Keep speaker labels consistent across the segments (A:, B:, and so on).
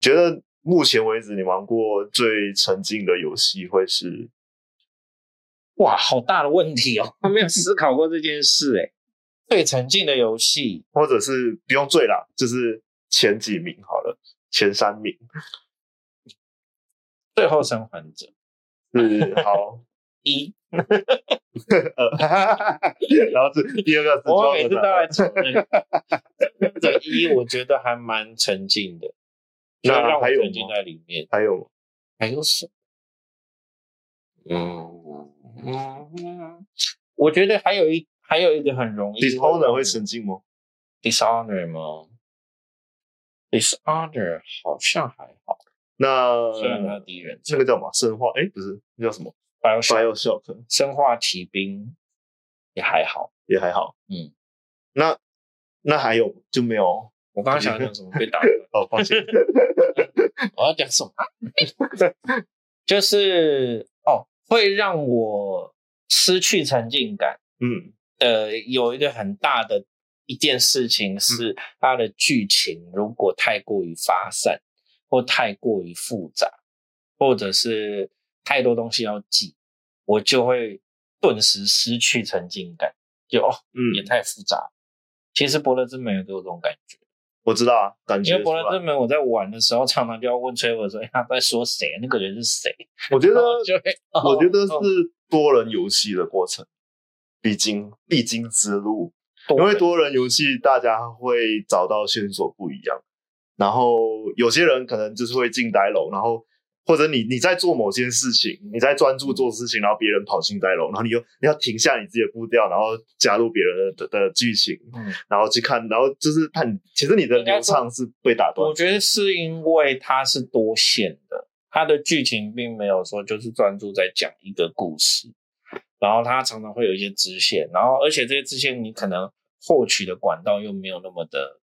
A: 觉得目前为止你玩过最沉浸的游戏会是？
B: 哇，好大的问题哦， 我没有思考过这件事哎。最沉浸的游戏，
A: 或者是不用最啦，就是前几名好了，前三名
B: 最后生还者
A: 是好，
B: 一，
A: 呃， 然后是第二个是
B: 我每次都来
A: Dragon's
B: 承认，这一我觉得还蛮沉浸的，就
A: 那
B: 让我
A: 还有
B: 沉浸
A: 吗
B: 在里面。
A: 还有吗
B: 还有什么？嗯嗯，我觉得还有一还有一个很容易
A: Dishonored 会沉浸吗？
B: dishonor 吗？dishonor 好像还好，
A: 那
B: 虽然它是第一人
A: 那
B: 称
A: 个叫什么？生化？哎，不是，那叫什么
B: ，BioShock
A: ？BioShock
B: 生化奇兵也还好。
A: 也还好。
B: 嗯，
A: 那那还有就没有？
B: 我刚刚想讲什么被打断，
A: 哦，抱 歉，
B: 我要讲什么？ 就是哦，会让我失去沉浸感。
A: 嗯，
B: 呃，有一个很大的一件事情是，它的剧情如果太过于发散，或太过于复杂，或者是太多东西要记，我就会顿时失去沉浸感，就哦，
A: 嗯
B: 也太复杂了。其实《伯乐之门》有给我这种感觉，
A: 我知道啊，感
B: 因
A: 觉
B: 为《伯
A: 出
B: 乐
A: 来
B: 之门》我在玩的时候，常常就要问崔我说哎他在说谁，那个人是谁，
A: 我觉
B: 然
A: 得，
B: 后就会，
A: 我觉得
B: 哦哦
A: 是多人游戏的过程必经必经之路，因为
B: 人
A: 多人游戏大家会找到线索不一样，然后有些人可能就是会进呆楼，然后。或者你你在做某件事情，你在专
B: 嗯
A: 注做事情，然后别人跑进呆楼，然后你又你要停下你自己的步调，然后加入别人的的的剧情，
B: 嗯
A: 然后去看，然后就是看，其实你的
B: 应该
A: 流
B: 说
A: 畅是被打断
B: 我。觉得是因为它是多线的，它的剧情并没有说就是专注在讲一个故事，然后它常常会有一些支线，然后而且这些支线你可能获取的管道又没有那么的，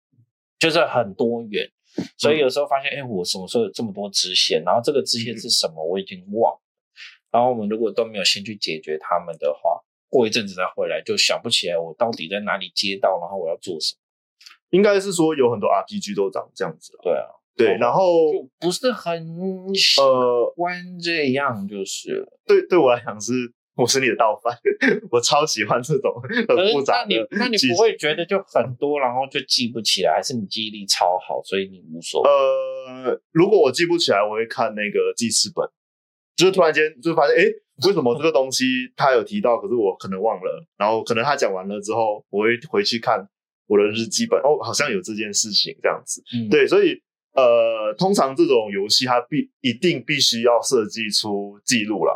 B: 就是很多元，
A: 嗯
B: 所以有时候发现，哎、我什么时候有这么多支线？然后这个支
A: 嗯
B: 线是什么？我已经忘了。然后我们如果都没有先去解决它们的话，过一阵子再回来就想不起来我到底在哪里接到，然后我要做什么。
A: 应该是说有很多 RPG 都长这样子了。
B: 对啊，
A: 对，
B: 哦
A: 然后
B: 就不是很喜
A: 呃，
B: 关这样就是了。
A: 对对我来讲是我是你的倒犯，我超喜欢这种
B: 可
A: 很
B: 是
A: 复
B: 那
A: 杂
B: 你
A: 的。
B: 那你不会觉得就很多，然后就记不起来，还是你记忆力超好，所以你无所谓？
A: 呃，如果我记不起来，我会看那个记事本，就是突然间就发现，哎，为什么这个东西他有提到，可是我可能忘了，然后可能他讲完了之后，我会回去看我的日记本，哦，好像有这件事情这样子。
B: 嗯，
A: 对，所以呃，通常这种游戏它必一定必须要设计出记录啦，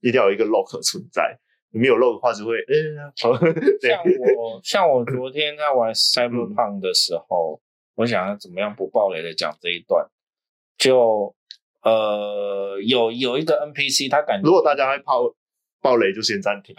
A: 一定要有一个 log 存在。没有 log 的话，就会嗯，好 对嗯
B: 像我像我昨天在玩 Cyberpunk 的时候，我想要怎么样不暴雷的讲这一段，就呃有有一个 NPC，他感觉
A: 如果大家害怕爆雷，就先暂 停。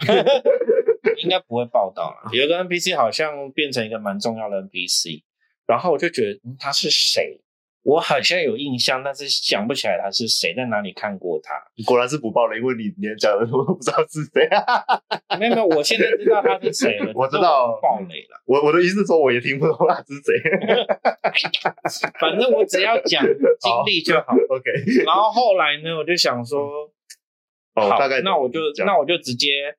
B: 应该不会报道了。有一个 NPC 好像变成一个蛮重要的 NPC，然后我就觉得、嗯、他是谁，我好像有印象，但是想不起来他是谁，在哪里看过他。
A: 果然是不爆雷，因为你连讲的我都不知道是谁、啊。，
B: 没有没有，我现在知道他是谁了
A: 我知道
B: 暴雷了。
A: 我我的意思是说，我也听不懂他是谁。
B: 反正我只要讲经历就好。
A: OK，
B: 然后后来呢，我就想说，
A: 哦，
B: 好
A: 大概，
B: 那我就
A: 这样
B: 那我就直接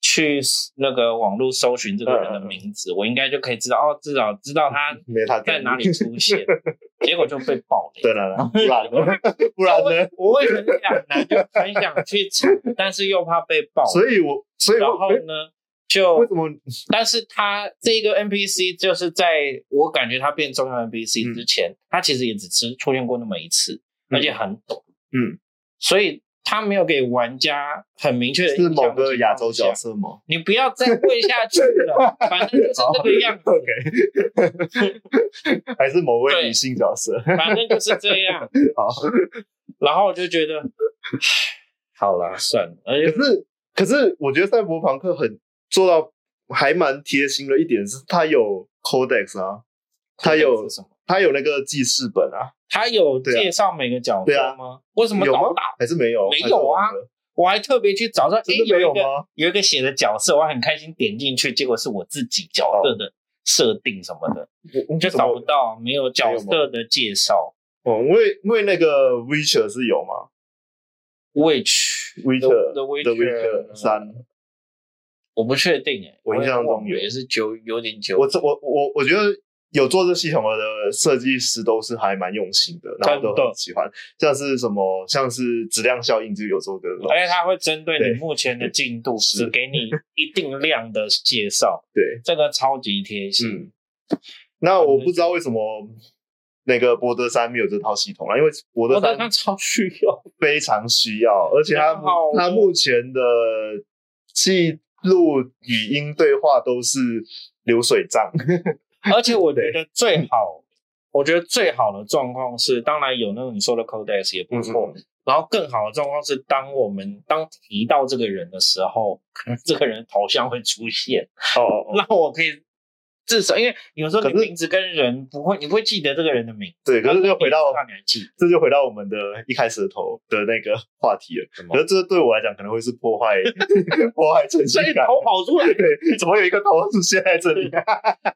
B: 去那个网络搜寻这个人的
A: 嗯嗯嗯
B: 名字，我应该就可以知道哦，至少知道他
A: 没他
B: 在哪里出现，结果就被爆 雷。
A: 对了啦，不 然呢？不然呢？
B: 我会很想拿，就很想去查，但是又怕被爆。
A: 所以我所以
B: 然
A: 我
B: 后
A: 诶
B: 呢，
A: 为
B: 就
A: 什么
B: 但是他这个 NPC 就是在我感觉他变重要 NPC 之前，他其实也只是出现过那么一次，
A: 嗯
B: 而且很短。
A: 嗯，
B: 所以他没有给玩家很明确的
A: 是
B: 印象
A: 某个亚洲
B: 的情
A: 角
B: 况下。
A: 色吗？
B: 你不要再问下去 了，反正就是这个样子。
A: OK，还是某位女性角色。
B: 反正就是这样。
A: 好，
B: 然后我就觉得，唉好啦，算了，而
A: 可
B: 且
A: 是可是，我觉得赛博朋克很做到还蛮贴心的一点是，它有 Codex 啊，它有
B: 什么？
A: 它有那个记事本啊，
B: 他有
A: 对啊
B: 介绍每个角
A: 对啊
B: 色吗？为什么
A: 有
B: 找
A: 吗
B: 不到？？
A: 还是没有？
B: 没有啊
A: 还是忘了，
B: 我还特别去找说，
A: 真
B: 诶，
A: 的没
B: 有
A: 有
B: 一个
A: 吗？
B: 有一个写的角色，我还很开心点进去，结果是我自己角色的设定什么的，
A: 我我
B: 就
A: 怎
B: 找
A: 么
B: 不到，没有角色的介绍。
A: 哦，因为因为那个 Witcher 是有吗
B: Witch
A: ？Witcher
B: The Witcher，嗯
A: Witcher 三，
B: 我不确定哎、
A: 我印象中有
B: 我也忘了也是久有点久，
A: 我这我我我觉得有做这系统的设计师都是还蛮用心的，然后
B: 真
A: 都
B: 的
A: 很喜欢，像是什么像是质量效应就有做这个东西，
B: 而且它会针对
A: 对
B: 你目前的进度，
A: 是
B: 只给你一定量的介 绍，
A: 对，
B: 这个超级贴心。
A: 嗯。那我不知道为什么那个博德三没有这套系统啊，因为博
B: 我
A: 德
B: 觉得
A: 三
B: 它 超 需要，
A: 非常需要，而且它
B: 然后
A: 它目前的记录语音对话都是流水账，
B: 而且我觉得最好，我觉得最好的状况是，当然有那种你说的 codex 也不
A: 哦嗯
B: 错，然后更好的状况是，当我们当提到这个人的时候，可能这个人头像会出现，
A: 哦嗯哦哦，
B: 那我可以至少，因为有时候你
A: 可是
B: 名字跟人不会，你不会记得这个人的名，
A: 对，可是就回到
B: 那你还记
A: 这就回到我们的一开始的头的那个话题了。
B: 什么
A: 可？是这对我来讲可能会是破坏 破坏成
B: 所以
A: 信感。
B: 头啊跑出来，
A: 对，怎么有一个头出现在这 里？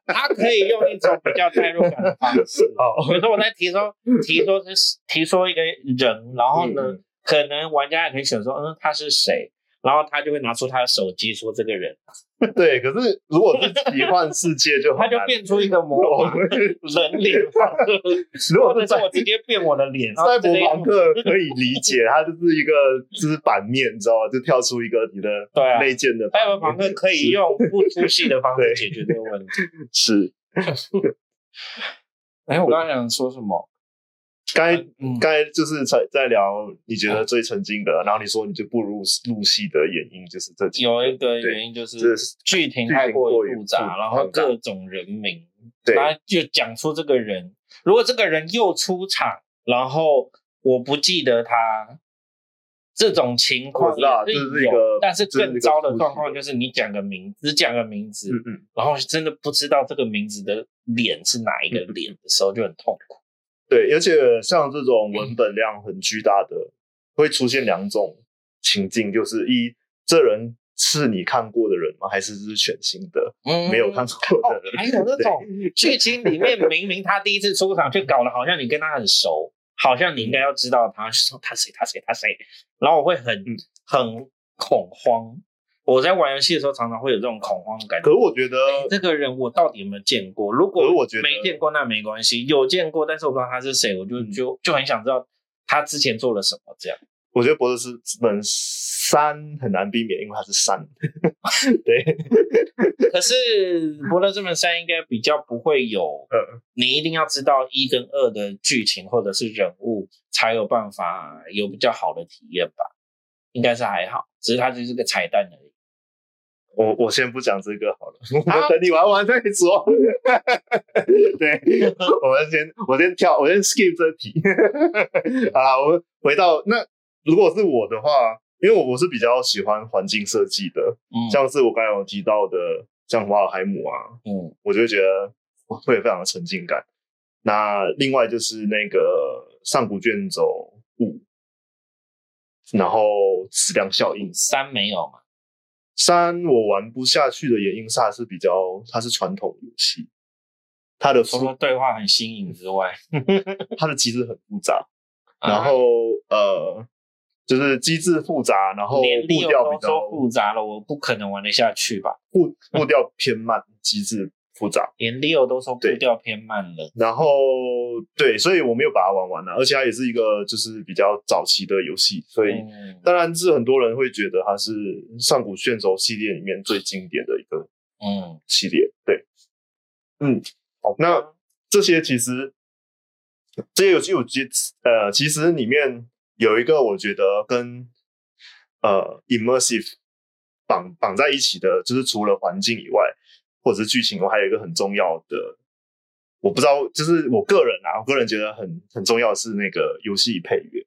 B: 他可以用一种比较代入感的方式。
A: 好，
B: 比如说我在提说提说是提说一个人，然后呢，
A: 嗯
B: 可能玩家也可以选说，嗯，他是谁，然后他就会拿出他的手机说这个人，
A: 对，可是如果是奇幻世界就很
B: 他就
A: 难
B: 变出一个魔
A: 弄
B: 法人脸，
A: 如果
B: 或者
A: 是在
B: 是我直接变我的 脸，然后
A: 赛
B: 直
A: 博
B: 接用
A: 朋克可以理解，它就是一个就是版面，你知道吗？就跳出一个你的
B: 对啊
A: 内建的
B: 赛博朋克可以用不出戏的方式解决这个问题。
A: 是。
B: 哎，我刚刚想说什么？
A: 刚才
B: 嗯，
A: 刚才就是在在聊你觉得最纯净的，然后你说你就不如入戏的原因就是这几
B: 有一个
A: 对
B: 原因就是
A: 这是
B: 剧情
A: 剧
B: 太
A: 情
B: 过
A: 过
B: 于
A: 于
B: 复
A: 复
B: 杂，
A: 杂
B: 然后各种人名，
A: 对
B: 然后就讲出这个人。如果这个人又出场，然后我不记得他，这种情况
A: 我知道
B: 也
A: 这是一
B: 有
A: 个
B: 但是
A: 这是一
B: 更
A: 个
B: 糟的
A: 复习
B: 状况就是你讲个名，只讲个名字，
A: 嗯嗯，
B: 然后真的不知道这个名字的脸是哪一个
A: 嗯
B: 脸的时候就很痛苦。
A: 对，而且像这种文本量很巨大的，会出现两种情境，就是一这人是你看过的人吗？还是是全新的
B: 嗯
A: 没有看过
B: 哦
A: 的人，？
B: 还有那种剧情里面明明他第一次出场，却搞得好像你跟他很熟，好像你应该要知道他是说他谁他谁他谁，然后我会很、
A: 嗯
B: 很恐慌。我在玩游戏的时候，常常会有这种恐慌感
A: 可。是我觉得
B: 这个人我到底有没有见过？如
A: 可
B: 果
A: 是我觉得
B: 没见过，那没关系；有见过，但是我不知道他是谁，我就
A: 嗯
B: 就就很想知道他之前做了什么。这样，
A: 我觉得博德斯本三很难避免，因为它是三。 对，
B: 可是《伯乐之门三》应该比较不会有
A: 嗯，
B: 你一定要知道一跟二的剧情或者是人物，才有办法有比较好的体验吧。应该是还好，只是它就是个彩蛋而已。
A: 我我先不讲这个好了，
B: 好
A: 我等你玩完再说。 对，我们先我先跳，我先 skip 这题。 好啦，我们回到那，如果是我的话，因为我我是比较喜欢环境设计的，
B: 嗯
A: 像是我刚才有提到的，像瓦尔海姆啊，
B: 嗯
A: 我就会觉得会有非常的沉浸感。那另外就是那个上古卷轴五，然后质量效应
B: 三没有嘛？
A: 三，我玩不下去的原因是它是比较它是传统游戏，它的
B: 除了
A: 复
B: 对话很新颖之外，
A: 它的机制很复杂，
B: 啊
A: 然后呃就是机制复杂，然后
B: 连利
A: 步
B: 用
A: 调比
B: 都
A: 较
B: 说复杂了，我不可能玩得下去吧？
A: 步步调偏慢，机制复杂，
B: 连 Leo 都说步
A: 对
B: 调偏慢了，
A: 然后对，所以我没有把它玩完了、啊而且它也是一个就是比较早期的游戏，所以
B: 嗯
A: 当然是很多人会觉得它是上古卷轴系列里面最经典的一个
B: 嗯，
A: 系列。对，嗯，那这些其实这些游戏我觉呃，其实里面有一个我觉得跟呃 immersive 绑绑在一起的，就是除了环境以外，或者是剧情以外，我还有一个很重要的。我不知道，就是我个人啊，我个人觉得很很重要的是那个游戏配乐，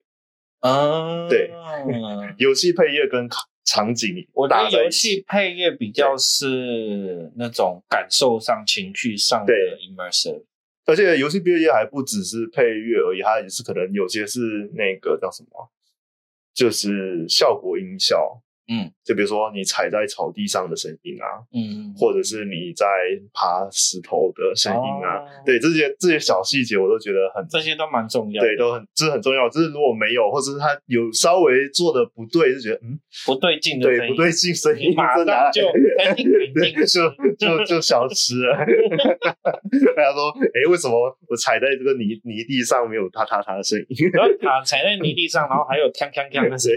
B: 嗯，
A: 对
B: 嗯
A: 游戏配乐跟场场景
B: 我
A: 搭
B: 觉得
A: 在
B: 游
A: 一起。
B: 戏配乐比较是那种感受上、情绪上的
A: 对
B: immersive。
A: 而且游戏配乐还不只是配乐而已，它也是可能有些是那个叫什么，就是效果音效，
B: 嗯，
A: 就比如说你踩在草地上的声音啊，
B: 嗯，
A: 或者是你在爬石头的声音啊，
B: 哦
A: 对这些这些小细节我都觉得很
B: 这些都蛮重要的。
A: 对，都很这是很重要。就是如果没有，或者是他有稍微做的不对，就觉得嗯，
B: 不对劲的声
A: 对
B: 音
A: 不对劲，声音
B: 你马
A: 真的啊
B: 上就哎赶紧
A: 对，
B: 赶
A: 就
B: 紧
A: 就就消失 了。大家说，哎、为什么我踩在这个泥泥地上没有踏踏踏的声音？
B: 然后卡踩在泥地上，然后还有锵锵锵的声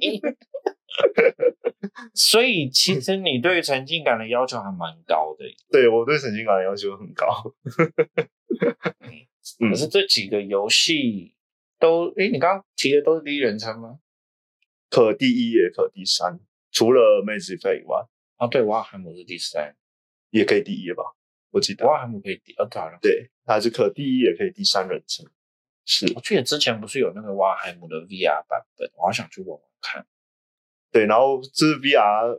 B: 音。 所以其实你对沉浸感的要求还蛮高的，
A: 对我对神经感的要求很高。嗯
B: 可是这几个游戏都，诶，你刚刚提的都是第一人称吗？
A: 可第一也可第三，除了 Maze f 以外，
B: 哦，对，瓦尔海姆是第三，
A: 也可以第一吧？我记得，
B: 瓦尔海姆可以第哦二，对啊好像
A: 对，它是可第一也可以第三人称。是
B: 我记得之前不是有那个瓦尔海姆的 VR 版本，我好想去玩玩看。
A: 对，然后这是 VR，VR、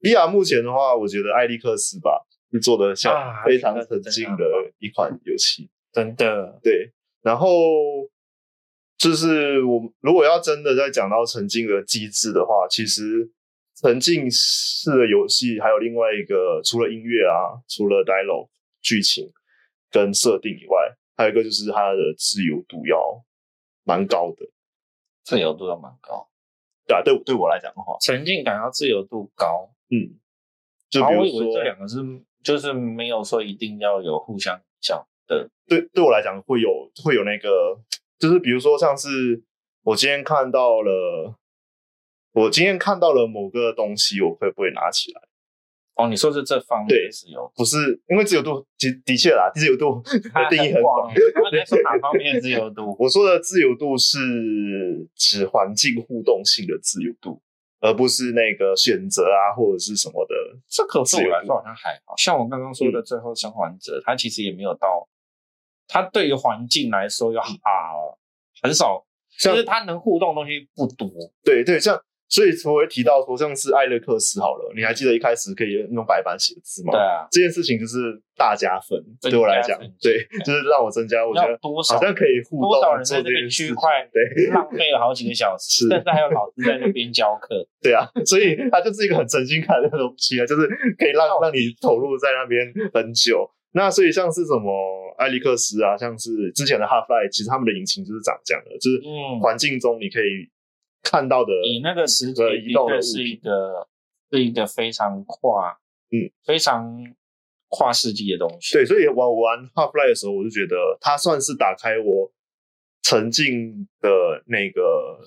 A: VR 目前的话，我觉得艾利克斯吧是做的像
B: 啊
A: 非常
B: 艾利克
A: 沉
B: 斯
A: 浸
B: 真
A: 的
B: 的
A: 一款游戏。
B: 真的，
A: 对，然后就是我如果要真的在讲到沉浸的机制的话，其实沉浸式的游戏还有另外一个，除了音乐啊，除了 dialog 剧情跟设定以外，还有一个就是它的自由度要蛮高的。
B: 自由度要蛮高，
A: 对啊，对对我来讲的话，
B: 沉浸感要自由度高。
A: 嗯，就
B: 然
A: 比
B: 后
A: 如
B: 我以为
A: 说
B: 这，两个是就是没有说一定要有互相影响的，
A: 对对我来讲会有会有那个，就是比如说像是我今天看到了，我今天看到了某个东西，我会不会拿起来？
B: 哦，你说是这方面
A: 对
B: 是有
A: 不是因为自由度，其的确啦，自由 度的定义很广。
B: 欸。那你在说哪方面的自 由度？
A: 我说的自由度是指环境互动性的自由度，而不是那个选择啊或者是什么的。
B: 这个
A: 自
B: 对
A: 由
B: 我来
A: 度嗯
B: 说好像还好，像我刚刚说的《最后生还者》它其实也没有到，它对于环境来说有啊很少，就
A: 嗯像
B: 是它能互动的东西不多。
A: 对对，像所以我会提到说，像是艾勒克斯好了，你还记得一开始可以用白板写字吗？
B: 对啊，
A: 这件事情就是大加分，
B: 增加
A: 对我来讲
B: 成，就
A: 对，就是让我增加，我觉
B: 那
A: 得
B: 多
A: 好
B: 少
A: 像可以互
B: 多少
A: 动
B: 人
A: 做
B: 在
A: 这
B: 这
A: 件
B: 个
A: 事
B: 区
A: 情。
B: 块
A: 对
B: 浪费了好几个小
A: 是，
B: 时甚至还有老师在那边教课。
A: 对啊，所以它就是一个很沉浸感的东西啊，就是可以
B: 哦
A: 让让你投入在那边很久。那所以像是什么艾利克斯啊，像是之前的 Half Life，其实他们的引擎就是长这样的，就是
B: 嗯
A: 环境中你可以看到的，
B: 你那个实体
A: 呃
B: 的
A: 移动的
B: 确
A: 物
B: 是
A: 品
B: 一个是一个非常跨，
A: 嗯，
B: 非常跨世纪的东西。
A: 对，所以玩玩 Half Life 的时候，我就觉得它算是打开我沉浸的那个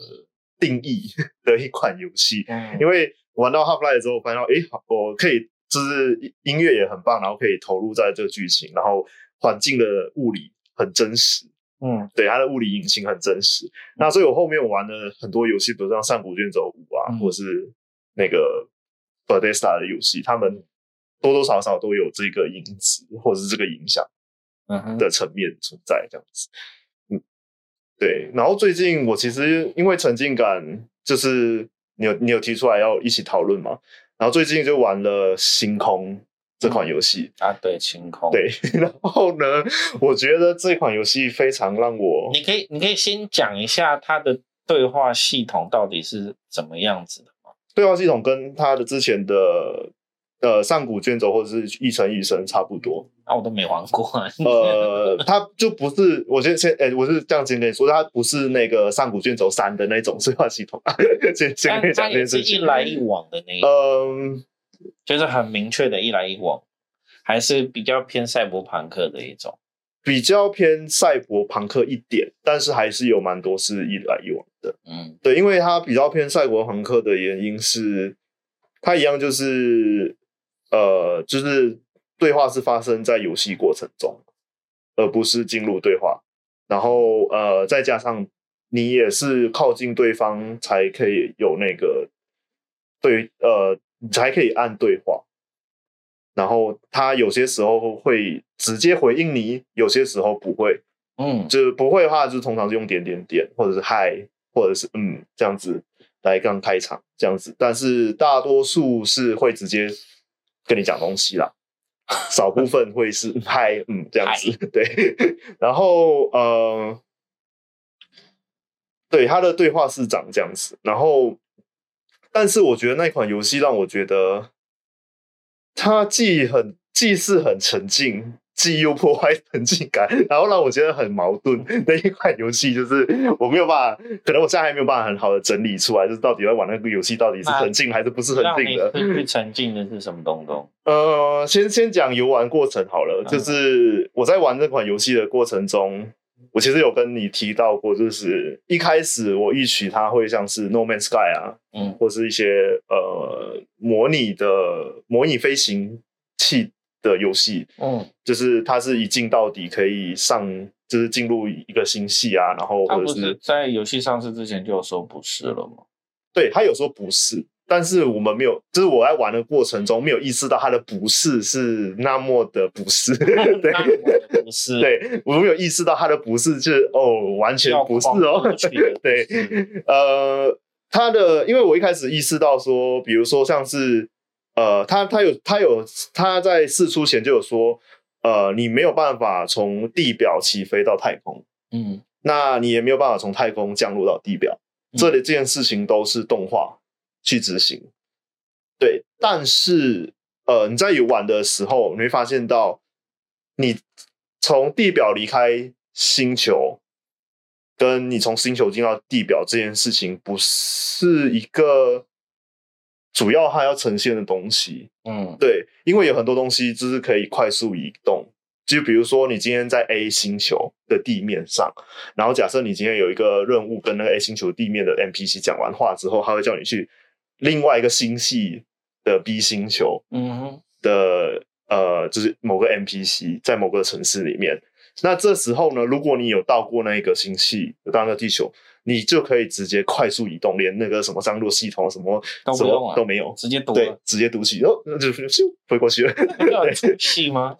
A: 定义的一款游戏。
B: 嗯，
A: 因为玩到 Half Life 之后，我发现到，诶，好我可以就是音乐也很棒，然后可以投入在这个剧情，然后环境的物理很真实，
B: 嗯
A: 对它的物理引擎很真实。那所以我后面玩了很多游戏，比如像《上古卷轴五》啊，
B: 嗯
A: 或者是那个 Bethesda 的游戏，他们多多少少都有这个影子或者是这个影响。
B: 嗯哼，
A: 的层面存在，这样子。嗯，对。然后最近我其实因为沉浸感，就是你有你有提出来要一起讨论嘛，然后最近就玩了《星空》这款游戏。
B: 啊，对，晴空。，
A: 对， 然后呢，我觉得这款游戏非常让我
B: 你可以你可以先讲一下它的对话系统到底是怎么样子的吗？
A: 对话系统跟它的之前的。呃，上古卷轴或者是一城一生差不 多，
B: 啊，我都没玩过啊。
A: 呃，它就不是，我先先，哎、我是这样先跟你说，它不是那个上古卷轴三的那种对话系统，啊 先先
B: 但
A: 跟你
B: 它
A: 讲这
B: 也
A: 件
B: 是
A: 事
B: 一
A: 情。
B: 来一往的那一，
A: 嗯，
B: 就是很明确的一来一往，还是比较偏赛博朋克的一种。
A: 比较偏赛博朋克一点，但是还是有蛮多是一来一往的。
B: 嗯
A: 对，因为它比较偏赛博朋克的原因是，它一样就是呃，就是对话是发生在游戏过程中，而不是进入对话。然后呃，再加上你也是靠近对方才可以有那个对呃，你才可以按对话。然后他有些时候会直接回应你，有些时候不会。
B: 嗯，
A: 就是不会的话，就是通常是用点点点，或者是嗨，或者是嗯这样子来刚开场这样子。但是大多数是会直接跟你讲东西啦，少部分会是嗨嗯这样子。对， 然后呃，对他的对话是长这样子，然后但是我觉得那款游戏让我觉得，它既很既是很沉浸，既又破坏沉浸感， 然后让我觉得很矛盾。那一款游戏就是 我没有办法，可能我现在还没有办法很好的整理出来，就是到底要玩那个游戏到底是沉浸还是不是沉
B: 让
A: 浸
B: 你
A: 的。
B: 失去沉浸的是什么 东东？
A: 呃，先先讲游玩过程好了，
B: 嗯
A: 就是我在玩这款游戏的过程中，我其实有跟你提到过，就是一开始我预期它会像是 No Man's Sky 啊，
B: 嗯
A: 或是一些呃模拟的模拟飞行器的游戏，
B: 嗯，
A: 就是它是一进到底可以上，就是进入一个星系啊，然后
B: 他
A: 或
B: 不
A: 者
B: 是在游戏上市之前就有说不是了 吗？
A: 对他有说不是，但是我们没有，就是我在玩的过程中没有意识到他的不是是那么的不是， 对
B: 那我不是，，
A: 对，我没有意识到他的不是就是哦，完全
B: 要
A: 不是
B: 狂
A: 哦
B: 过去 的，
A: 对
B: 不是，
A: 呃，他的因为我一开始意识到说，比如说像是呃，他他有他有他在试出前就有说，呃，你没有办法从地表起飞到太空。
B: 嗯
A: 那你也没有办法从太空降落到地表，
B: 嗯
A: 这里这件事情都是动画去执行。对，但是呃，你在游玩的时候，你会发现到你从地表离开星球，跟你从星球进到地表这件事情，不是一个主要它要呈现的东西。
B: 嗯
A: 对，因为有很多东西就是可以快速移动，就比如说你今天在 A 星球的地面上，然后假设你今天有一个任务跟那个 A 星球地面的 NPC 讲完话之后，他会叫你去另外一个星系的 B 星球
B: 嗯哼，
A: 的呃，就是某个 NPC 在某个城市里面。那这时候呢，如果你有到过那一个星系，到那个地球，你就可以直接快速移动，连那个什么张落系统什么
B: 都不
A: 什么
B: 用了啊
A: 都没有，
B: 直接读
A: 对
B: 了，，
A: 直接读取，然后就就咻飞过去了。
B: 不要出戏吗？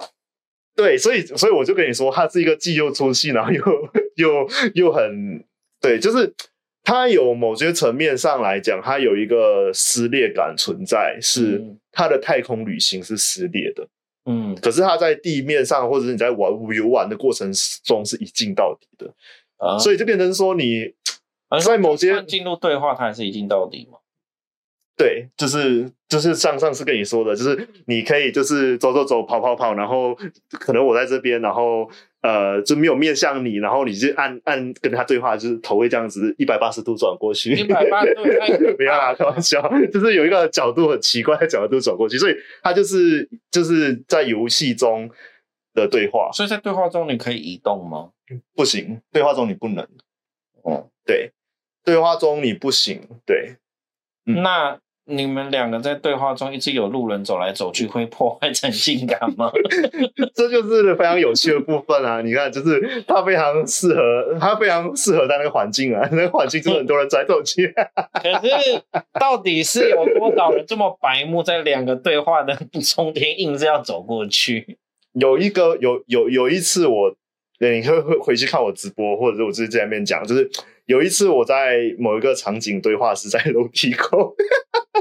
A: 对，所以所以我就跟你说，它是一个既又出戏，然后又 又又很对，就是它有某些层面上来讲，它有一个撕裂感存在，是
B: 嗯
A: 它的太空旅行是撕裂的，
B: 嗯，
A: 可是它在地面上或者是你在玩游玩的过程中是一镜到底的，
B: 啊
A: 所以就变成说你
B: 而
A: 在某些
B: 但进入对话，它还是一镜到 底嘛。
A: 对，就是就是像上次跟你说的，就是你可以就是走走走跑跑跑，然后可能我在这边，然后呃就没有面向你，然后你就按按跟他对话，就是头会这样子一百八十度转过去，
B: 一百八度太可怕了
A: 不要啦，开玩笑，就是有一个角度很奇怪的角度转过去，所以他就是就是在游戏中的对话
B: 所以在对话中你可以移动吗？
A: 不行，对话中你不能，
B: 嗯，
A: 对，对话中你不行，对，嗯
B: 那你们两个在对话中一直有路人走来走去，会破坏沉浸感吗？
A: 这就是非常有趣的部分啊！你看，就是它非常适合，它非常适合在那个环境啊， 那个环境就是很多人转走去。
B: 可是到底是有多少人这么白目，在两个对话的中间硬是要走过去？
A: 有一个有有有一次我，对你会会回去看我直播，或者是我自己在那边讲，就是有一次我在某一个场景对话是在楼梯口，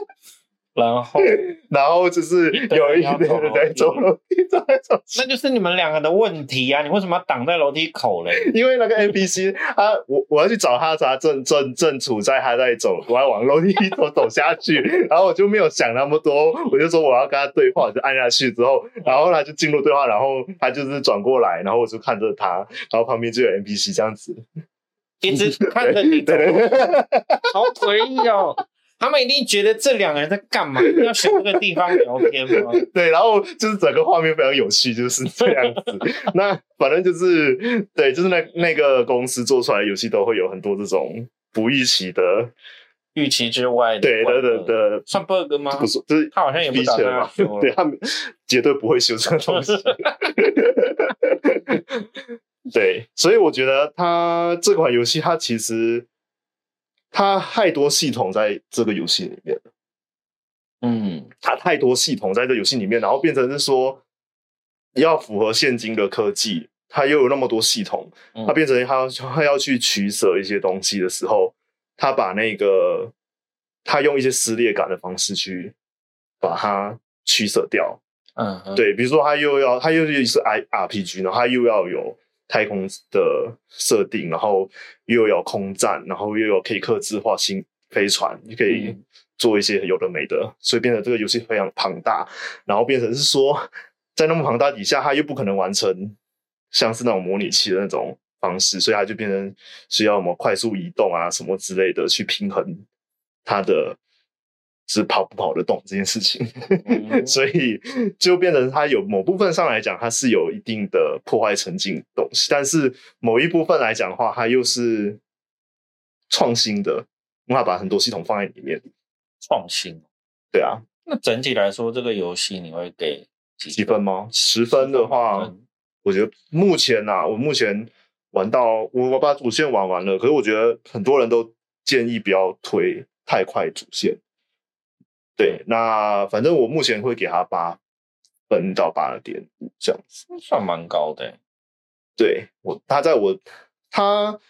B: 然后，
A: 然后就是有一
B: 一堆人要走楼梯
A: 在走楼梯走来走去，
B: 那就是你们两个的问题啊！你为什么要挡在楼梯口 嘞？
A: 因为那个 NPC 他我我要去找他，他正正正处在他在走，我要往楼梯走走下去，然后我就没有想那么多，我就说我要跟他对话，我就按下去之后，然后他就进入对话，然后他就是转过来，然后我就看着他，然后旁边就有 NPC 这样子，
B: 一直看着你走
A: 对 对对，
B: 好诡异哦！他们一定觉得这两个人在干嘛？一定要选这个地方聊天 吗？
A: 对，然后就是整个画面非常有趣，就是这样子。那反正就是对，就是那那个公司做出来的游戏都会有很多这种不预期的，
B: 预期之外的，
A: 对对对，对，
B: 算 bug 吗？
A: 不是就是
B: 他好像也不
A: 逼
B: 打
A: 起
B: 算
A: 来
B: 要
A: 嘛
B: 修，了
A: 对他们绝对不会修这个东西。 对，所以我觉得它这款游戏，它其实它太多系统在这个游戏里面，
B: 嗯，
A: 它太多系统在这个游戏里面，然后变成是说要符合现今的科技，它又有那么多系统，
B: 嗯
A: 它变成它它要去取舍一些东西的时候，它把那个它用一些撕裂感的方式去把它取舍掉，
B: 嗯哼，
A: 对，比如说他又要他又是 I R P G，然后他又要有太空的设定，然后又有空战，然后又有可以克制化星飞船，你可以
B: 嗯
A: 做一些有的没的，所以变得这个游戏非常庞大，然后变成是说，在那么庞大底下，它又不可能完成像是那种模拟器的那种方式，所以它就变成需要什么快速移动啊什么之类的去平衡它的是跑不跑得动这件事情，
B: 嗯
A: 所以就变成它有某部分上来讲，它是有一定的破坏沉浸的东西，但是某一部分来讲的话，它又是创新的，因为它把很多系统放在里面。
B: 创新。
A: 对啊，
B: 那整体来说，这个游戏你会给几
A: 几分吗？十分的话，
B: 嗯
A: 我觉得目前啊，我目前玩到我我把主线玩完了，可是我觉得很多人都建议不要推太快主线。对，那反正我目前会给他八分到八点五这样子。
B: 算蛮高的欸、
A: 对我，他在我他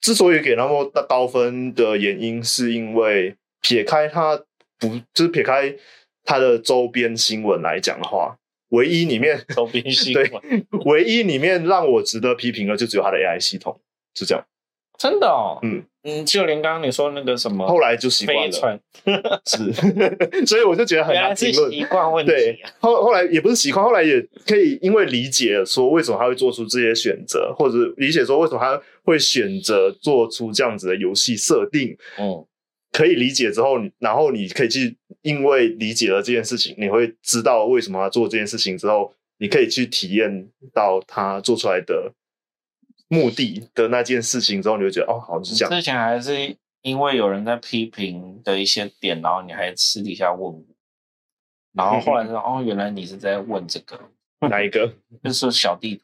A: 之所以给那么大高分的原因，是因为撇开他不就是撇开他的周边新闻来讲的话，唯一里面
B: 周边新
A: 对
B: 闻，
A: 唯一里面让我值得批评的，就只有它的 AI 系统，就这样。
B: 真的哦。
A: 嗯
B: 嗯，就连刚刚你说那个什么，
A: 后来就习惯
B: 飞
A: 了，
B: 船，
A: 是， 所以我就觉得很
B: 原
A: 难
B: 来
A: 评
B: 是
A: 论。
B: 习惯问
A: 对
B: 题、啊。，
A: 后后来也不是习惯，后来也可以因为理解说为什么他会做出这些选择，或者理解说为什么他会选择做出这样子的游戏设定，
B: 嗯，
A: 可以理解之后，你然后你可以去因为理解了这件事情，你会知道为什么他做这件事情之后，你可以去体验到他做出来的目的的那件事情之后，你会觉得哦，好像是这 样。
B: 之前还是因为有人在批评的一些点，然后你还私底下问我，然后后来说、哦，原来你是在问这个，
A: 哪一个
B: 就是说小地图，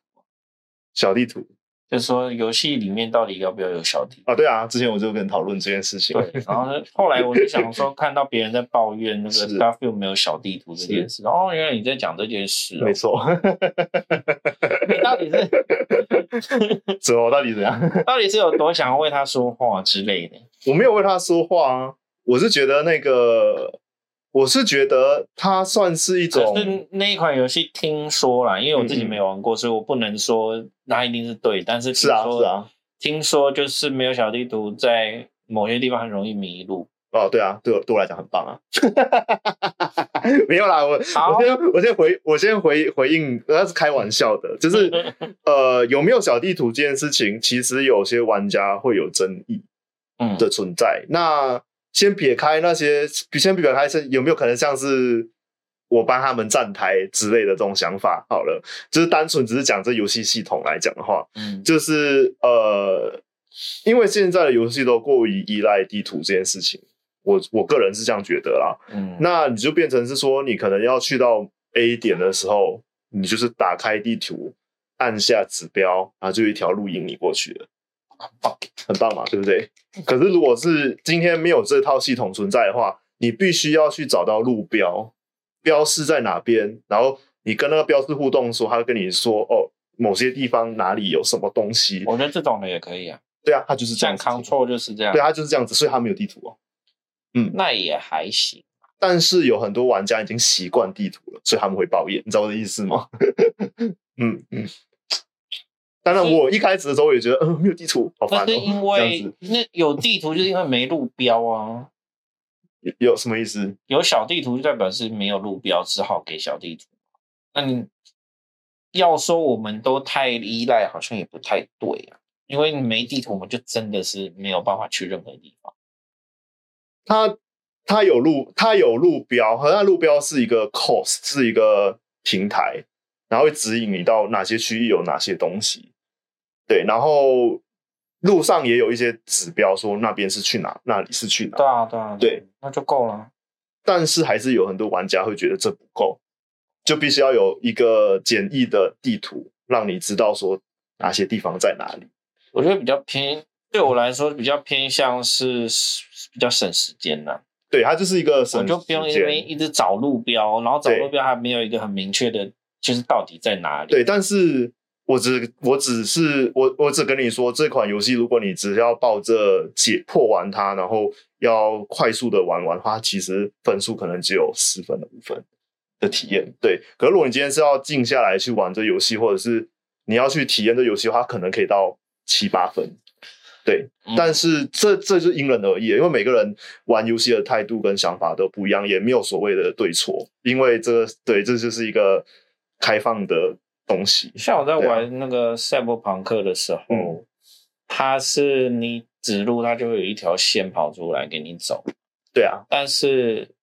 A: 小地图
B: 就是说游戏里面到底要不要有 小地图？
A: 啊？对啊，之前我就跟你讨论这件事情。
B: 对， 然后呢，后来我就想说，看到别人在抱怨那个
A: 是
B: Starfield 没有小地图这件事，哦，原来你在讲这件事、哦
A: 没，错，
B: 你到底是
A: 怎么到底怎样？
B: 到底是有多想要为他说话之类的？
A: 我没有为他说话啊，我是觉得那个，我是觉得它算是一
B: 可
A: 种，嗯
B: 是那一款游戏听说啦，因为我自己没玩过，所以我不能说那一定是对，但是
A: 是啊
B: 听说
A: 是啊，
B: 听说就是没有小地图，在某些地方很容易迷路。
A: 哦，对啊，对我对我来讲很棒啊。 没有啦，我
B: 好
A: 我先我先回我先回回应，那是开玩笑的，就是呃，有没有小地图这件事情，其实有些玩家会有争议
B: 嗯，
A: 的存在。那先撇开那些，先撇开是有没有可能像是我帮他们站台之类的这种想法好了，就是单纯只是讲这游戏系统来讲的话，
B: 嗯，
A: 就是呃，因为现在的游戏都过于依赖地图这件事情，我我个人是这样觉得啦。
B: 嗯，
A: 那你就变成是说，你可能要去到 A 点的时候，你就是打开地图，按下指标，然后就有一条路引你过去了，很棒，很棒嘛，对不对？可是如果是今天没有这套系统存在的话，你必须要去找到路标，标示在哪边，然后你跟那个标示互动的时候，他会跟你说哦。某些地方哪里有什么东西？
B: 我觉得这种的也可以啊，
A: 对啊，他就是这样
B: 像
A: 子。
B: 哦 Control 就是这样
A: 对，，他啊就是这样子，所以他没有地图哦。
B: 那也还行。
A: 但是有很多玩家已经习惯地图了，所以他们会抱怨，你知道我的意思吗？ 嗯嗯。当然，我一开始的时候也觉得，嗯、没有地图好
B: 那
A: 烦、哦。
B: 是因
A: 这样
B: 为
A: 子
B: 那有地图，就是因为没路标啊。
A: 有有什么意思？
B: 有小地图就代表是没有路标，只好给小地图。那你要说我们都太依赖，好像也不太对啊。因为没地图，我们就真的是没有办法去任何地方。
A: 它它有路，它有路标，和它路标是一个 cost，是一个平台，然后会指引你到哪些区域有哪些东西。对，然后路上也有一些指标，说那边是去哪，那里是去哪。
B: 对啊，对啊，
A: 对，
B: 那就够了。
A: 但是还是有很多玩家会觉得这不够，就必须要有一个简易的地图，让你知道说哪些地方在哪里。
B: 我觉得比较偏，对我来说比较偏向是比较省时间的、
A: 对，它就是一个
B: 我
A: 省
B: 哦就不用
A: 时
B: 一
A: 间
B: 直一直找路标，然后找
A: 对
B: 路标还没有一个很明确的，就是到底在哪里。
A: 对，但是我只我只是我我只跟你说，这款游戏如果你只要抱着解破完它，然后要快速的玩完的话，它其实分数可能只有十分的五分的体验。对，可是如果你今天是要静下来去玩这游戏，或者是你要去体验这游戏的话，它可能可以到七八分。对，
B: 嗯
A: 但是这这就是因人而异，因为每个人玩游戏的态度跟想法都不一样，也没有所谓的对错，因为这个对，这就是一个开放的东西。
B: 像我在
A: 对啊
B: 玩那个赛博朋克的时候，
A: 嗯
B: 它是你指路，它就会有一条线跑出来给你走，
A: 对啊，
B: 但是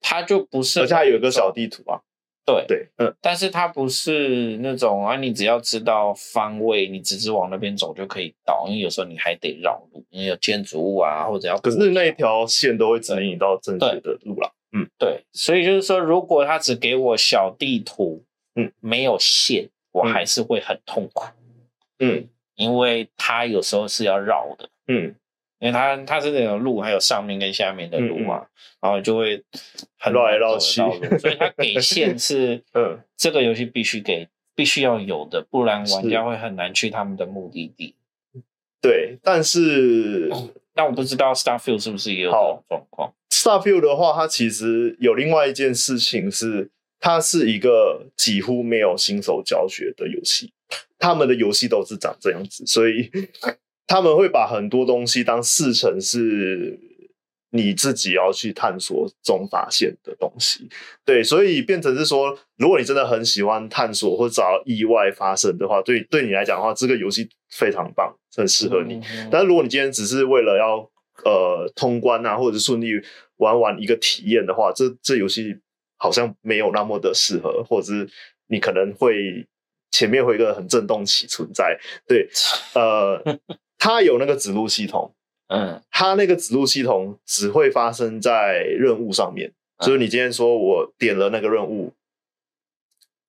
B: 它就不是，
A: 而且还有一个小地图啊。
B: 对，
A: 对，嗯，
B: 但是它不是那种啊，你只要知道方位，你直直往那边走就可以到，因为有时候你还得绕路，因为有建筑物啊，或者要
A: 可是那一条线都会指引你到正确的路啦。
B: 对，所以就是说，如果他只给我小地图，
A: 嗯，
B: 没有线，我
A: 嗯
B: 还是会很痛苦，
A: 嗯
B: 因为它有时候是要绕的。
A: 嗯，
B: 因为它它是那种路，还有上面跟下面的路嘛，然后就会很
A: 嗯绕来
B: 难
A: 绕
B: 走
A: 去，
B: 到路所以它给线是
A: 嗯，
B: 这个游戏必须给必须要有的，不然玩
A: 是
B: 家会很难去他们的目的地。
A: 对。但是
B: 但我不知道 Starfield 是不是也有这种状况？
A: Starfield 的话，它其实有另外一件事情是，它是一个几乎没有新手教学的游戏，他们的游戏都是长这样子，所以他们会把很多东西当视成是你自己要去探索中发现的东西。对，所以变成是说，如果你真的很喜欢探索或找意外发生的话，对对你来讲的话，这个游戏非常棒，很适合你。
B: 嗯
A: 但是如果你今天只是为了要呃通关啊，或者是顺利玩完一个体验的话，这这游戏好像没有那么的适合，或者是你可能会前面会有一个很震动期存在。对，呃，它有那个指路系统，
B: 嗯
A: 它那个指路系统只会发生在任务上面，
B: 嗯
A: 就是你今天说我点了那个任务，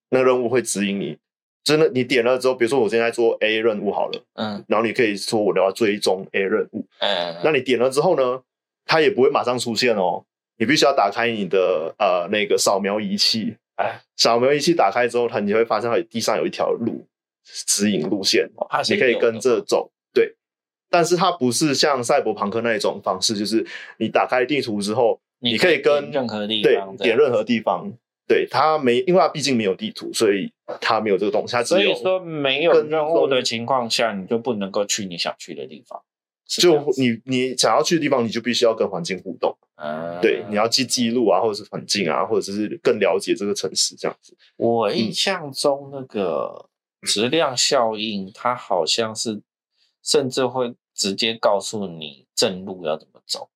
A: 那个任务会指引你。真的，你点了之后，比如说我现在做 A 任务好了，
B: 嗯
A: 然后你可以说我要追踪 A 任务，
B: 嗯，
A: 那你点了之后呢，它也不会马上出现哦，你必须要打开你的呃那个扫描仪器
B: 哎，
A: 扫描仪器打开之后，它你会发现它地上有一条路指引路线，哦
B: 我怕是
A: 你可以
B: 有
A: 跟
B: 的
A: 着走，对。但是它不是像赛博朋克那一种方式，就是你打开地图之后，
B: 你
A: 你可以跟
B: 点任何地
A: 对
B: 方这
A: 点
B: 样
A: 任何地方，对它没，因为它毕竟没有地图，所以它没有这个东西，它只
B: 所
A: 有
B: 以说没有
A: 跟
B: 任务
A: 踪
B: 的情况下，你就不能够去你想去的地方。是这
A: 就
B: 样子
A: 你你想要去的地方，你就必须要跟环境互动。
B: 啊
A: 对，你要记记录啊，或者是环境啊，或者是更了解这个城市这样子。
B: 我印
A: 嗯
B: 象中那个质量效应，它好像是甚至会直接告诉你正路要怎么走。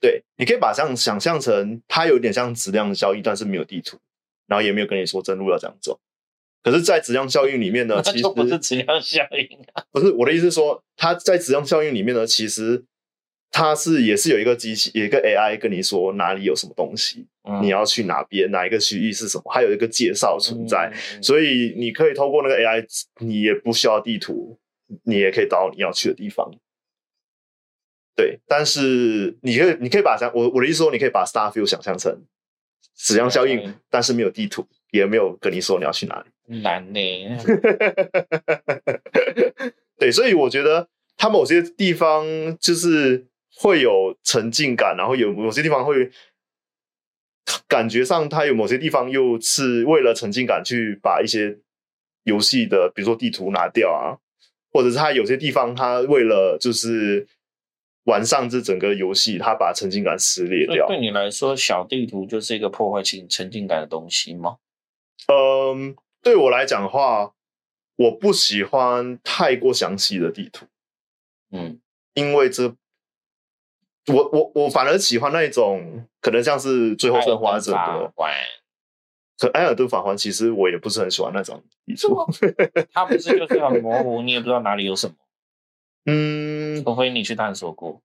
A: 对，你可以把这样想象成它有点像质量效应，但是没有地图，然后也没有跟你说真路要怎样走。可是，在质量效应里面 呢，
B: 那
A: 其实
B: 就不是质量效应啊。
A: 不是我的意思是说，它在质量效应里面呢，其实它是也是有一个机器，有一个 AI 跟你说哪里有什么东西，
B: 嗯
A: 你要去哪边，哪一个区域是什么，还有一个介绍存在。
B: 嗯
A: 所以你可以透过那个 AI，你也不需要地图，你也可以到你要去的地方。对，但是你可以，你可以把想我我的意思说，你可以把 Starfield 想象成质量效
B: 质量
A: 应
B: 效，
A: 但是没有地图，也没有跟你说你要去哪里。
B: 很嗯难呢。
A: 嗯 对，所以我觉得它某些地方就是会有沉浸感，然后有某些地方会感觉上，它有某些地方又是为了沉浸感去把一些游戏的，比如说地图拿掉啊，或者是它有些地方它为了就是完善这整个游戏，它把沉浸感撕裂
B: 所以
A: 掉。
B: 对你来说，小地图就是一个破坏性沉浸感的东西吗？
A: 嗯，对我来讲的话，我不喜欢太过详细的地图。
B: 嗯，
A: 因为这，我我我反而喜欢那一种，可能像是《最后生还者》
B: 爱的
A: 的
B: 法，官
A: 可《埃尔顿法环》其实我也不是很喜欢那 种地图。
B: 它不是就是很模糊，你也不知道哪里有什么，
A: 嗯，《
B: 除非你去探索过。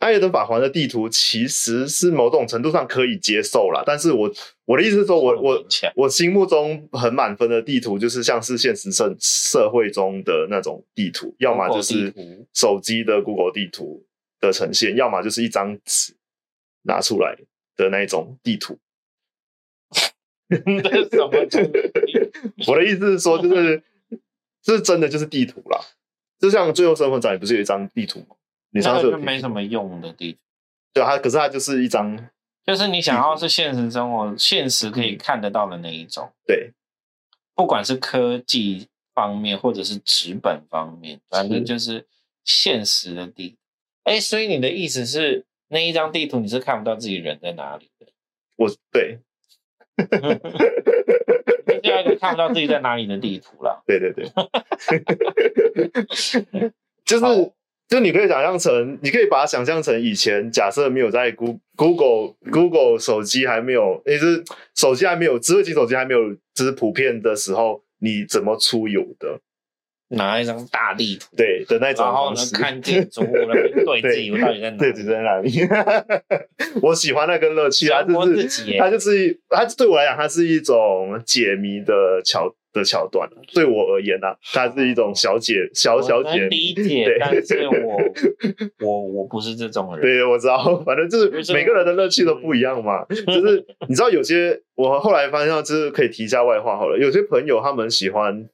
A: 埃尔顿法环》的地图其实是某种程度上可以接受啦，但是我我的意思是说我，我我
B: 前
A: 心目中很满分的地图，就是像是现实社社会中的那种地图，要么就
B: Google
A: 是
B: 地图
A: 手机的 Google 地图的呈现，要么就是一张纸拿出来的那一种地图。
B: 这是什么东西？
A: 我的意思是说，
B: 哦
A: 就是这真的就是地图啦，就像《最后生活展》也不是有一张地图吗？ 你上
B: 那
A: 次
B: 个
A: 有
B: 就
A: 地
B: 没什么用的地方。
A: 对啊它，可是它就是一张
B: 就是你
A: 嗯
B: 想要是现实生活、现实可以看得到的那一种，
A: 对
B: 不管是科技方面或者是纸本方面，反正就是现实的地。哎，所以你的意思是那一张地图你是看不到自己人在哪里的，
A: 我对
B: 就是要一个看不到自己在哪里的地图啦。
A: 对对 对，就是就你可以想象成，你可以把它想象成以前假设没有在 Goo- Google Google 手机还没有，也是手机还没有智慧型手机还没有就是普遍的时候，你怎么出游的？
B: 拿一张大地图，
A: 对的那种
B: 然后
A: 方
B: 呢
A: 式。
B: 看建筑物，然后对自己我到底在哪
A: 对，
B: 里。
A: 只在那里。 我喜欢那个乐趣啊，
B: 折磨
A: 就
B: 自
A: 是
B: 己耶
A: 它就是它对我来讲，它是一种解谜的桥的桥段。对我而言啊，它是一种小解小小
B: 我
A: 解
B: 能
A: 谜。
B: 理解
A: 对，
B: 但是 我我我不是这种人。
A: 对，我知道，反正就是每个人的乐趣都不一样 嘛。就是你知道，有些我后来发现到，就是可以提一下外话好了。有些朋友他们喜欢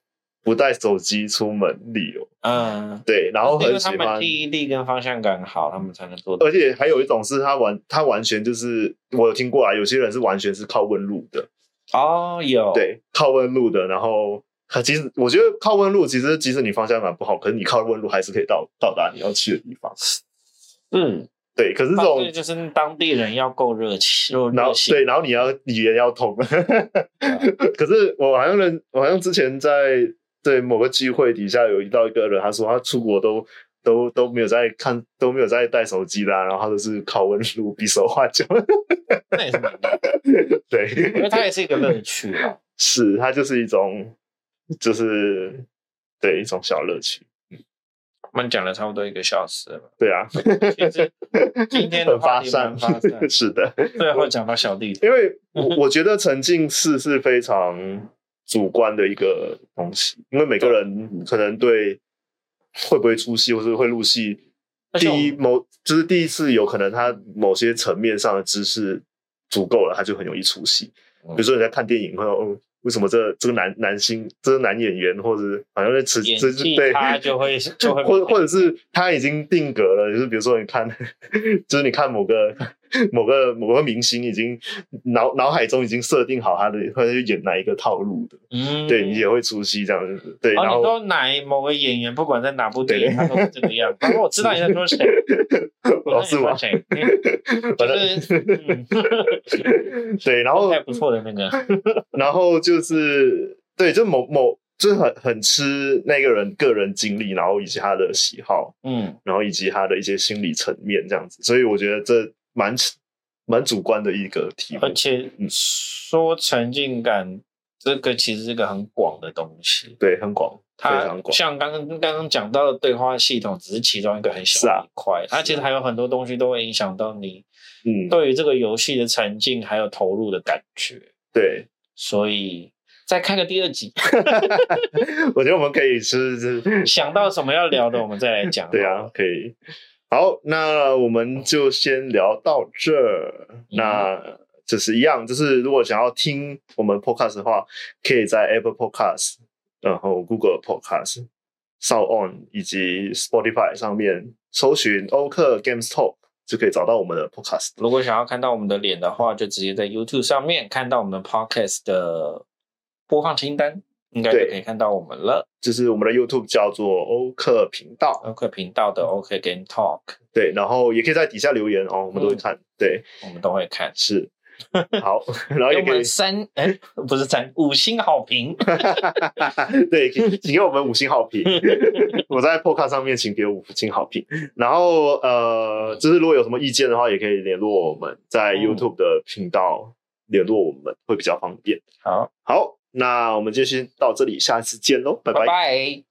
A: 不带手机出门旅游，
B: 嗯，
A: 对，然后
B: 因为
A: 很喜
B: 他
A: 欢
B: 们记忆力跟方向感好，他们才能做到。
A: 而且还有一种是他完，他完全就是我有听过啊，有些人是完全是靠问路的，
B: 哦，有，
A: 对，靠问路的。然后他其实我觉得靠问路，其实即使你方向感不好，可是你靠问路还是可以到到达你要去的地方。
B: 嗯，
A: 对，可是这
B: 但是
A: 种
B: 就是当地人要够热情，够
A: 然
B: 热
A: 后
B: 情。
A: 对，然后你要语言要通。 可是我好像认，我好像之前在对某个聚会底下有遇到一个人，他说他出国都。都都没有在看，都没有在带手机啦、然后他都是靠问路，比手画脚。
B: 那也是蛮厉害的，
A: 对，
B: 因为它也是一个乐趣啊。
A: 是，它就是一种，就是对一种小乐趣。
B: 我们讲了差不多一个小时了，
A: 对啊，
B: 其 实今天的
A: 很
B: 话
A: 发
B: 题
A: 散，
B: 蛮发 散。
A: 是的，
B: 最后讲到小地图，
A: 因为 我我觉得沉浸式是非常主观的一个东西，因为每个
B: 啊
A: 人可能对会不会出戏，或是会入戏，
B: 而且我
A: 第一某就是第一次有可能他某些层面上的知识足够了，他就很容易出戏。比如说你在看电影，会哦，为什么这这个男男星，这个男演员，或者是好像在吃
B: 演
A: 吃
B: 技
A: 对，
B: 差 就会就会
A: 或或者是他已经定格了，就是比如说你看，就是你看某个某个某个明星已经脑脑海中已经设定好他的，他就演哪一个套路的，
B: 嗯，
A: 对你也会出戏这样子，对，
B: 哦，
A: 然
B: 你
A: 后
B: 说哪某个演员，不管在哪部电影，
A: 对
B: 他都是这个样子。哦然后我知道你在说谁，我
A: 老
B: 知
A: 是
B: 道
A: 吗
B: 你 在说？谁，嗯就是嗯
A: 对，然后
B: 还不错的那个，
A: 然后就是对，就某某就是很很吃那个人个人经历，然后以及他的喜好，
B: 嗯，
A: 然后以及他的一些心理层面这样子，所以我觉得这蛮蛮主观的一个题目
B: 而，且
A: 嗯
B: 说沉浸感，这个其实是个很广的东西。
A: 对，很广，非
B: 它
A: 常广。
B: 像刚刚刚刚讲到的对话系统，只是其中一个很小
A: 是
B: 的
A: 啊
B: 一块，它其实还有很多东西都会影响到你
A: 嗯，
B: 对于这个游戏的沉浸还有投入的感觉。
A: 对，
B: 所以再开个第二集，
A: 我觉得我们可以是，是
B: 想到什么要聊的，我们再来讲。
A: 对啊，可以。好，那我们就先聊到这儿。那就是一样，就是如果想要听我们 podcast 的话，可以在 Apple Podcast、然后 Google Podcast、Sound On 以及 Spotify 上面搜寻欧克 Games Talk，就可以找到我们的 podcast。
B: 如果想要看到我们的脸的话，就直接在 YouTube 上面看到我们的 Podcast 的播放清单，应该就
A: 对
B: 可以看到我们了。
A: 就是我们的 YouTube 叫做欧克频道，
B: OK 频道
A: 嗯
B: 的 OK Game Talk，
A: 对，然后也可以在底下留言哦，我们都会
B: 嗯
A: 看。对，
B: 我们都会看。
A: 是。 好，然后
B: 给
A: 也
B: 我
A: 可以
B: 们三哎，不是三五星好 评，
A: 对，请请给我们五星好 评。我在 Podcast 上面请给我五星好评。然后呃，就是如果有什么意见的话，也可以联络我们，在
B: 嗯
A: YouTube 的频道联络我们会比较方便。
B: 好，
A: 好，那我们就先到这里，下次见喽，拜
B: 拜拜。